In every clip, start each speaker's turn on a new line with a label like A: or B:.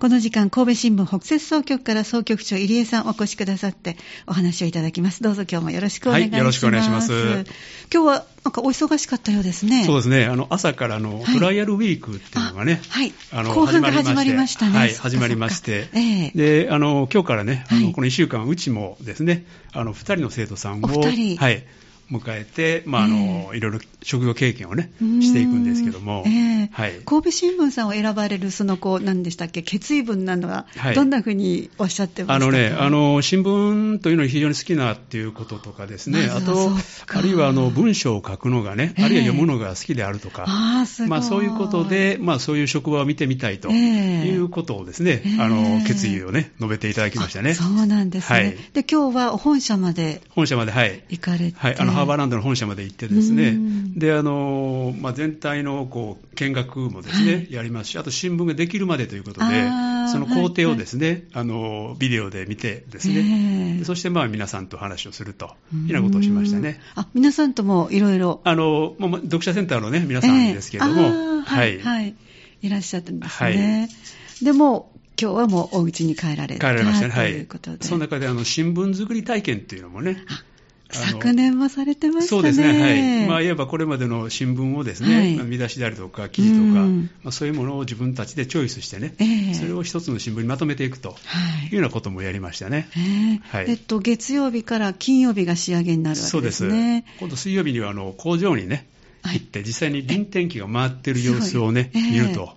A: この時間、神戸新聞北摂総局から総局長入江さんお越しくださってお話をいただきます。どうぞ今日もよろしくお願いします。
B: はいよろしくお願いします
A: 今日はなんかお忙しかったようですね。
B: そうですね、あの朝からの
A: はい
B: トライアルウィークっていうのがね、
A: はい
B: あの
A: 後半が始まりましたね
B: はい、
A: そっか
B: 始まりまして
A: そっか、え
B: であの今日からね、あの
A: はい
B: この1週間、うちもですね、あの2人の生徒さんを、
A: お二人
B: はい、迎えて、まああのいろいろ職業経験をね、していくんですけども、
A: うーんええ
B: はい、
A: 神戸新聞さんを選ばれるその子、何でしたっけ、決意文なのは
B: は、い
A: どんなふうにおっしゃってまし
B: あ
A: た
B: の
A: か、
B: ね、あの新聞というのが非常に好きなっていうこととかですね、
A: ま
B: あ
A: ずは
B: と
A: そっ、か
B: あるいはあの文章を書くのがね、ある
A: え
B: いは
A: え
B: 読むのが好きであるとか、
A: あーすごい
B: まあ、そういうことで、まあ、そういう職場を見てみたいと
A: ええ
B: いうことをですね、
A: ええ
B: あの決意をね、述べていただきましたね
A: あ。そうなんですね、
B: はい
A: で今日は本社まで
B: 本社まで、はい。
A: 行かれて、
B: はい、あのハーバーランドの本社まで行ってです
A: う
B: ね
A: ん、
B: であのまあ、全体のこう見学もですね、
A: はい
B: やりますし、あと新聞ができるまでということで
A: あー、
B: その工程をですね、あのビデオで見てです
A: え
B: ね、
A: え
B: そしてまあ皆さんと話をすると
A: うーん
B: いうようなことをしましたね。
A: あ皆さんともいろいろ、
B: あのまあまあ読者センターの、ね、皆さんですけれども、
A: ええあーはい、
B: はい
A: はい、いらっしゃったんですね。でも今日はもうお家に帰られ
B: 帰
A: た
B: られましたね、
A: と
B: はいいう
A: ことで、
B: その中であの新聞作り体験っていうのもね、あの
A: 昨年はされてましたね。
B: そうですね、はいまあ、いわばこれまでの新聞をですね、
A: はい
B: まあ見出しであるとか、記事とか、
A: うん
B: まあ、そういうものを自分たちでチョイスしてね、
A: ええ
B: それを一つの新聞にまとめていくと
A: はい
B: いうようなこともやりましたね。
A: ねえ
B: はい
A: えっと、月曜日から金曜日が仕上げになるわけ
B: そう
A: で
B: ですす
A: ね。
B: 今度水曜日にはあの工場にね、
A: はい
B: 行って、実際に臨転機が回ってる様子をね、
A: すごいええ
B: 見ると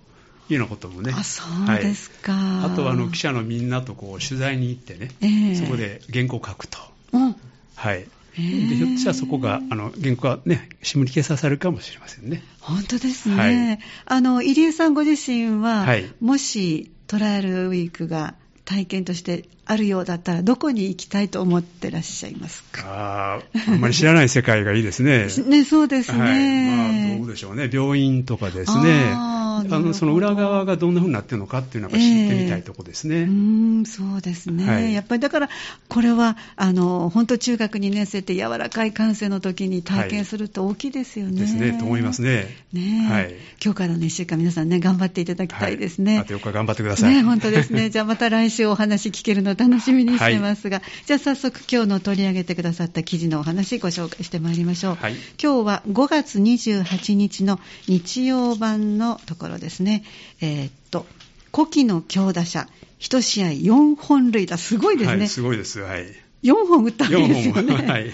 B: いうようなこともね、
A: あそうですか
B: はいあとはあの記者のみんなとこう取材に行ってね、
A: ええ
B: そこで原稿を書くと。
A: うん
B: はい
A: え
B: で
A: ー
B: ひょっとしたらそこが、あの原稿が、ね、新聞に掲載されるかもしれませんね。
A: 本当ですね、
B: はい
A: あの入江さんご自身は、
B: はい
A: もしトライアルウィークが体験としてあるようだったら、どこに行きたいと思ってらっしゃいますか、
B: あーあんまり知らない世界がいいですね。
A: ね、そうです
B: はいまあ、ど
A: ね、
B: うでしょうね、病院とかですね、
A: あ
B: あ
A: ーなるほど
B: のその裏側がどんな風になってるのかっていうのが知ってみたいとこです
A: う
B: ね。
A: ーんそうですね、
B: はい
A: やっぱりだから、これはあの本当、中学2年生って、柔らかい感性の時に体験すると大きいですよね。
B: ですね、と思いますね。
A: ねえ
B: はい
A: 今日からの1週間、皆さんね、頑張っていただきたいですね。
B: はいあと4日頑張ってください。
A: ね、本当です ね。じゃあまた来週お話聞けるの楽しみにしてますが、じゃあ早速今日の取り上げてくださった記事のお話ご紹介してまいりましょう。
B: はい
A: 今日は5月28日の日曜版のところですね。えーっと、古希の強打者、1試合4本塁打、すごいですね。
B: はい、すごいです。はい。
A: 4本打ったんですよね。
B: 4本はい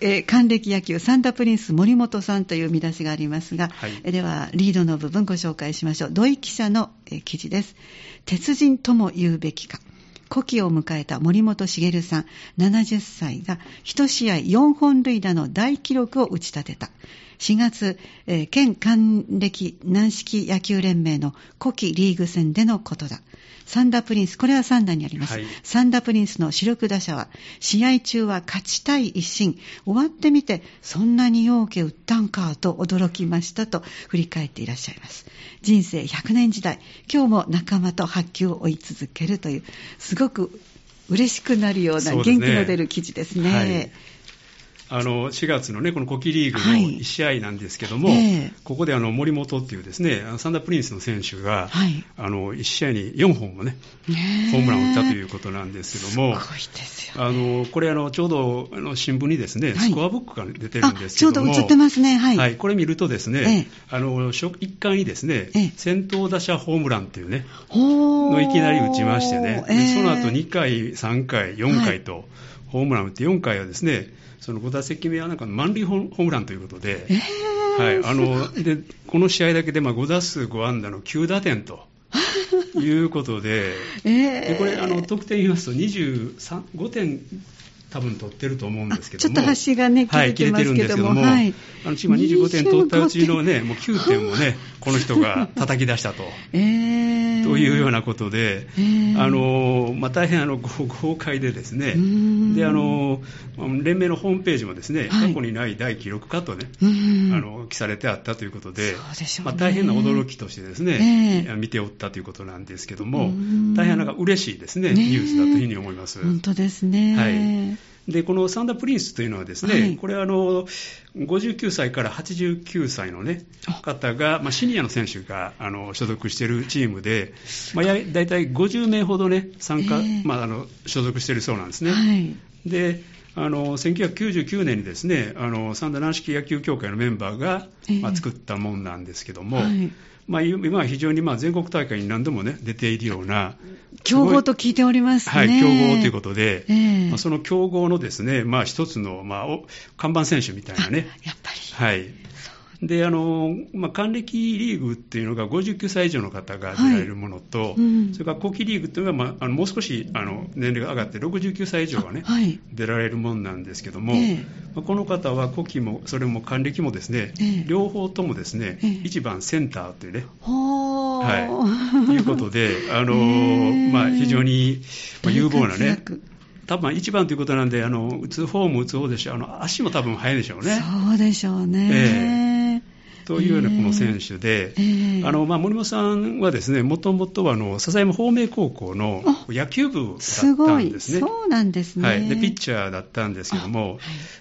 A: えー還暦野球サンダープリンス森本さんという見出しがありますが、
B: はい
A: えーではリードの部分ご紹介しましょう土井記者の、えー記事です鉄人とも言うべきか古希を迎えた森本茂さん70歳が1試合4本塁打の大記録を打ち立てた4月、えー県還暦軟式野球連盟の古希リーグ戦でのことだサンダープリンスこれはサンダーにあります、
B: はい
A: サンダープリンスの主力打者は、試合中は勝ちたい一心、終わってみて、そんなに陽気打ったんかと驚きましたと振り返っていらっしゃいます。人生100年時代、今日も仲間と発球を追い続けるという、すごく嬉しくなるような
B: そう
A: 元気
B: ですね
A: の出る記事ですね。
B: はいあの4月のね、このコキリーグの
A: はい
B: 1試合なんですけども、
A: ええ
B: ここであの森本っていうですね、あのサンダープリンスの選手が、
A: はい
B: あの1試合に4本もね、
A: ねえ
B: ホームランを打ったということなんですけども、
A: すごいですよね。
B: あのこれあの、ちょうどあの新聞にですね、
A: はい
B: スコアブックが出てる
A: あ
B: んです
A: ち
B: け
A: ょう
B: ど
A: ど
B: も、
A: 映ってますね。はい。
B: はい、これ見るとですね、
A: え
B: あの1回にですね、
A: ええ
B: 先頭打者ホームランっていうね、
A: ほー
B: のいきなり打ちましてね、で
A: ええ
B: その後2回、3回、4回と、ホームラン打って4回はですね、その5打席目はなんか満塁ホーホームランということで、
A: え
B: はい、
A: ー
B: あのでこの試合だけでまあ5打数5安打の9打点 ということで、
A: えー
B: でこれあの、得点言いますと、23 5点、多分取ってると思うんですけども、
A: あちょっと端がね
B: はい
A: 切れてますけども
B: 切れてるんです
A: はい
B: あのチームは25点取ったうち
A: 25
B: の、ね、
A: 点
B: もう9点をね、この 人が叩き出したと。
A: えー
B: というようなことで、
A: えー
B: あのまあ、大変あのご豪快でですね
A: うーん
B: であの連盟のホームページもですね、
A: はい
B: 過去にない大記録かとね、
A: うん
B: あの記されてあったということで
A: そうでしょうね
B: まあ、大変な驚きとしてですね、
A: ええ
B: 見ておったということなんですけど
A: う
B: も
A: ん
B: 大変なんか嬉しいですね
A: ねえ
B: ニュースだというふうに思います。
A: 本当ですね。
B: はいでこのサンダー・プリンスというのはですね、
A: はい
B: これはあの59歳から89歳の、ね、方が、まあ、シニアの選手があの所属しているチームで、まあ、や大体50名ほど、ね、参加、
A: ええ
B: まあ、あの所属しているそうなんですね。
A: はい。
B: であの1999年にですねあの三田軟式野球協会のメンバーが、
A: ええ
B: まあ作ったもんなんですけども、
A: はい
B: まあ、今は非常にまあ全国大会に何度も、ね、出ているような
A: 競合と聞いておりますね。
B: はい、競合ということで、
A: ええ
B: まあその競合のですね、まあ、一つの、まあ、お看板選手みたいなね、
A: やっぱり。
B: はい。で、あの、まあ、還暦リーグっていうのが59歳以上の方が出られるものと、
A: はいうん
B: それから後期リーグっていうのが、まあ、あのもう少しあの年齢が上がって69歳以上がね、
A: あはい
B: 出られるもんなんですけども、
A: ええ
B: まあこの方は古希もそれも還暦もですね、
A: ええ
B: 両方ともですね、
A: ええ
B: 一番センターというね、
A: ほー。
B: はい、というこ とで、あの
A: へえ
B: まあ、非常にまあ有望な
A: 大
B: ね
A: 活躍、
B: 多分一番ということなんで、あの打つ方も打つ方でしょう、あの足も多分速いでしょうね。
A: そうでしょうね。
B: というようなこの選手で、
A: ええ
B: あのまあ、森本さんはですね、もともとはあの笹山方明高校の
A: あ
B: 野球部だ
A: す
B: った
A: ご
B: んで
A: い。
B: すね。
A: そうなんですね。
B: はい、でピッチャーだったんですけども、
A: あはい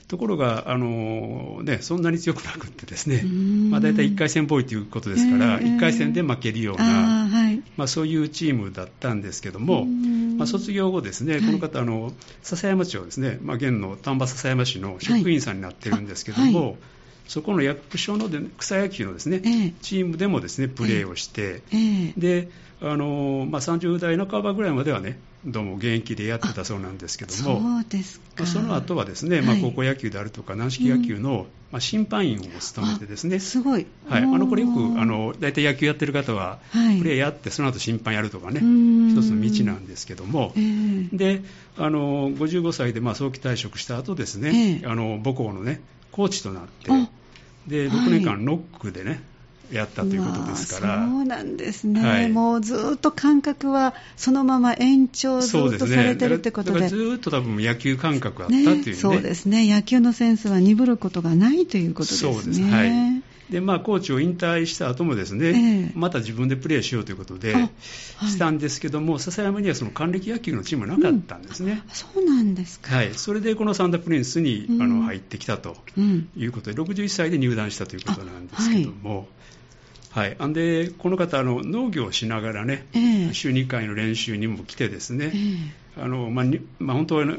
B: ところが、あのね、そんなに強くなくってですね
A: うー、ん
B: まあ、大体1回戦ボーイということですから、
A: ええ
B: 1回戦で負けるような
A: あーはい。
B: まあ、そういうチームだったんですけど
A: う
B: も、
A: ん
B: まあ、卒業後ですね、
A: はい
B: この方、あの笹山町ですね、まあ、現の丹波篠山市の職員さんになってるんですけども、
A: はいあは
B: そこの役所ので草野球のですね、
A: ええ
B: チームでもですねプレーをして、
A: ええ
B: であのまあ、30代半ばぐらいまではね、どうも現役でやってたそうなんですけど
A: そ
B: も。
A: うです
B: ま
A: か。
B: あその後はですね、まあ、
A: はい
B: 高校野球であるとか、軟式野球の、まあ、審判員を務めてですね、
A: あすごい。
B: はい、あのこれよ
A: おー
B: くあ、の大体野球やってる方は、
A: はい
B: プレーやって、その後審判やるとかね、
A: うーん
B: 一つの道なんですけども
A: え、え
B: であの55歳でまあ早期退職した後ですね、
A: ええ
B: あの母校の、ね、コーチとなって
A: あ、
B: で
A: はい
B: 6年間、ノックでね、やったということですか
A: うわ
B: ら
A: ー。そうなんですね、
B: はい
A: もうずーっと感覚はそのまま延長ず
B: そう
A: ー
B: で
A: っと
B: す
A: さ
B: ね。
A: れて
B: だ
A: る
B: か
A: って
B: ら
A: こと
B: だから
A: で
B: ず。ーっと多分野球感覚あったっていうね。
A: そうですね野球のセンスは鈍ることがないということですね。
B: そうですはいでまあ、コーチを引退した後もですね、
A: ええ
B: また自分でプレーしようということで、
A: あはい
B: したんですけども、笹山にはその還暦野球のチームはなかったんですね、
A: そうなんですか、
B: はい、それでこのサンダープリンスに、
A: うん
B: あの入ってきたと
A: うん、
B: いうことで、61歳で入団したということなんですけども、はいあんでこの方あの、農業をしながらね、
A: ええ
B: 週2回の練習にも来てですね、
A: え
B: あのまあにまあ、本当はあの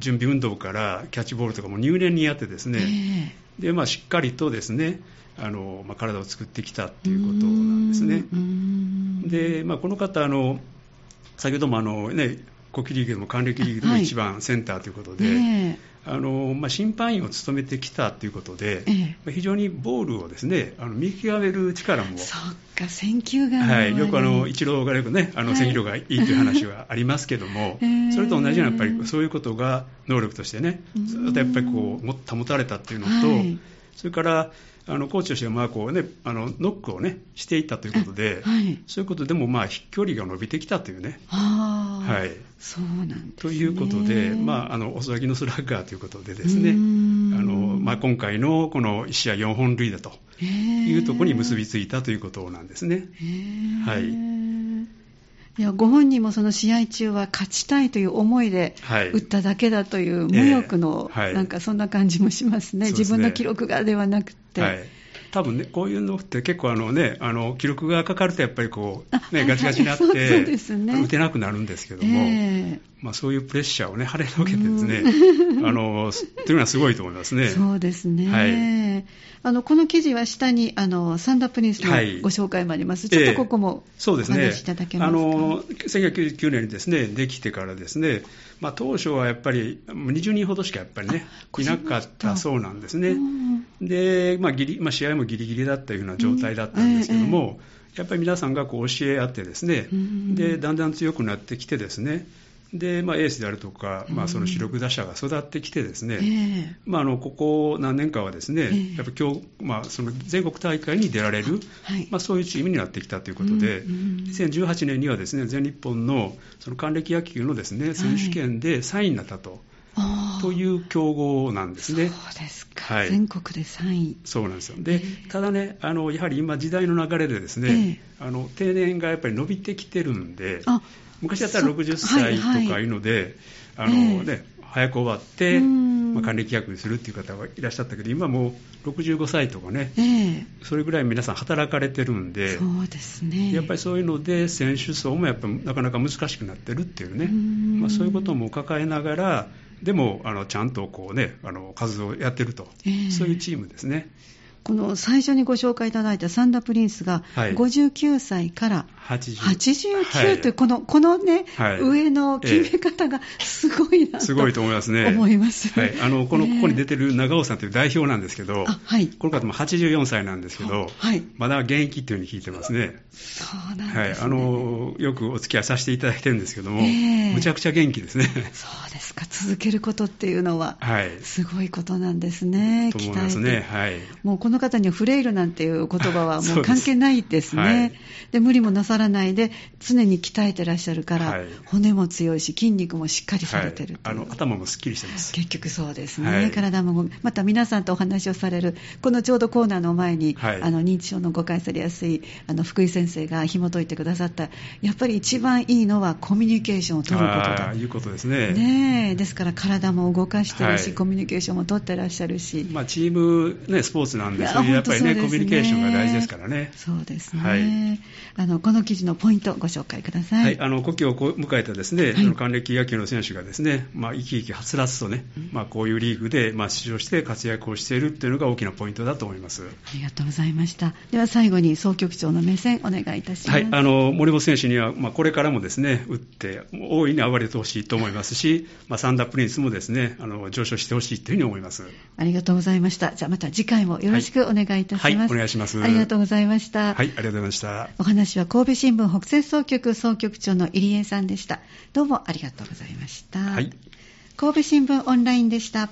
B: 準備運動からキャッチボールとかも入念にやってです
A: え
B: ね、
A: え
B: でまあ、しっかりとですねあの、まあ、体を作ってきたということなんですね。
A: うーん
B: でまあ、この方あの、先ほどもあの、ね、国旗リーグでも還暦リーグでも
A: はい
B: 一番センターということで、
A: ね
B: あのまあ、審判員を務めてきたということで、
A: ええ
B: まあ非常にボールをです、ね、あの見極める力も
A: え、そっか選球眼が
B: はい、よくあの
A: え
B: 一郎がよくね、あ
A: は
B: の
A: い、
B: 戦力がいいという話はありますけども
A: えー
B: それと同じようなやっぱりそういうことが能力としてね、ずっとやっぱりこうも保たれたっていうのと、
A: はい
B: それからあのコーチとしてはまあこうねあのノックをねしていたということで、
A: はい
B: そういうことでもまあ飛距離が伸びてきたというね。
A: あー
B: はい
A: そうなんです、ね、
B: ということで、まあ、あの遅咲きのスラッガーということでですね、
A: う
B: あ
A: ーん
B: のまあ、今回のこの1試合4本塁打と
A: ええ
B: いうところに結びついたということなんですね。は
A: はい
B: い
A: いやご本人もその試合中は勝ちたいという思いで
B: はい
A: 打っただけだという無欲の、
B: ええはい
A: なんかそんな感じもしますね、
B: そうですね
A: 自分の記録がではなくて、
B: はい、多分ね、こういうのって結構あの、ね、あの記録がかかるとやっぱりこ
A: あ
B: う、ね、
A: はいは
B: ガ
A: い
B: チガチになって、
A: そうそうですね
B: 打てなくなるんですけども、
A: え
B: まあ、そういうプレッシャーを、ね、跳ねのけてですね、 あのすというのはすごいと思います
A: え
B: ね。
A: そうですね、
B: はい
A: あのこの記事は下にあのサンダープリンスの
B: はい
A: ご紹介もあります、ちょっとここも
B: そうです
A: お
B: ね
A: 話しいただけま
B: あ
A: すか、
B: の1999年にです、ね、できてからですね、まあ、当初はやっぱり20人ほどしかやっぱりね
A: あ
B: いなかったそうなんですね。
A: うん
B: で、まあギリまあ、試合もギリギリだったような状態だったんですけども、やっぱり皆さんがこう教え合ってですね、
A: うん
B: でだんだん強くなってきてですねで、まあ、エースであるとか、まあ、その主力打者が育ってきてですね、
A: ええ
B: まあ、あのここ何年かはですね、
A: ええ
B: やっぱ今日、まあ、その全国大会に出られる、
A: はい
B: まあ、そういうチームになってきたということで、
A: うんうん
B: 2018年にはですね全日本のその還暦野球のですね選手権で3位になったと,、
A: ああ
B: という競合なんですね。
A: そうですか、
B: はい
A: 全国で3位、
B: そうなんですよでただねあの、やはり今、時代の流れでですね、あの定年がやっぱり伸びてきてるんで、
A: あ
B: 昔だったら
A: そっか
B: 60歳
A: はいはい
B: とかいうの
A: え
B: で、
A: え
B: あのね、早く終わって、
A: うん
B: まあ、管理規約にするっていう方がいらっしゃったけど、今もう65歳とかね、
A: え
B: それぐらい皆さん働かれてるん
A: え
B: で
A: そ、うですね。
B: やっぱりそういうので、選手層もやっぱなかなか難しくなってるっていうね、
A: うん
B: まあ、そういうことも抱えながら、でもあのちゃんとこう、ね、あの活動をやってると、
A: ええ
B: そういうチームですね。
A: この最初にご紹介いただいたサンダプリンスが、
B: はい
A: 59歳から
B: 80
A: 89という、
B: は
A: このこのね、
B: はい
A: 上の決め方がすごいなと、
B: すごいと思いますね。
A: 思います
B: はい、あのこの
A: ねえ
B: ここに出てる長尾さんという代表なんですけど、
A: あはい
B: この方も84歳なんですけど、
A: はい
B: まだ現役っていうふうに聞いてますね。
A: そうなん
B: はい、
A: です、ね
B: あのよくお付き合いさせていただいてるんですけども、
A: ええ
B: むちゃくちゃ元 気ですね。
A: そうですか、続けることっていうのは、
B: はい、
A: すごいことなんですね、
B: と思いますね。はい。
A: もうこの方にはフレイルなんていう言葉はもう関係ないですね。
B: そう
A: で
B: ですはい
A: 無理もなさらないで常に鍛えてらっしゃるから、
B: はい
A: 骨も強いし筋肉もしっかりされてると
B: はいい、あ
A: う、
B: の頭もすっきりしてます。
A: 結局そうですね、
B: はい
A: 体もごまた皆さんとお話をされるこのちょうどコーナーの前に、
B: はい
A: あの認知症の誤解されやすいあの福井先生が紐解いてくださったやっぱり一番いいのはコミュニケーションを取ることだ
B: ああいうことですね。
A: ねえですから体も動かしてるし、
B: はい
A: コミュニケーションも取ってらっしゃるし、
B: まあチームねスポーツなんで
A: いや
B: そういうやっぱりね
A: 本
B: コ
A: 当そうですね
B: ミュニケーションが大事ですからね。
A: そうですね、
B: はい
A: あのこの記事のポイントをご紹介くださ、
B: はいい、あの故郷をこう迎えたですね、
A: い
B: あの還暦野球の選手がですね、まあ、生き生きはつらつとね、まあ、こういうリーグで、まあ、出場して活躍をしているっていうのが大きなポイントだと思います。
A: ありがとうございましたでは最後に総局長の目線お願いいたします、
B: はい、あの森本選手には、まあ、これからもですね打って、大いに暴れてほしいと思いますし、まあ、サンダープリンスもですねあの上昇してほしいというふうに思います。
A: ありがとうございましたじゃあまた次回もよろしくお願いいたします、
B: はいはいお願いします
A: ありがとうございました、
B: はい、ありがとうございました。
A: お話は神戸新聞北西総局総局長の入江さんでしたどうもありがとうございました、
B: はい
A: 神戸新聞オンラインでした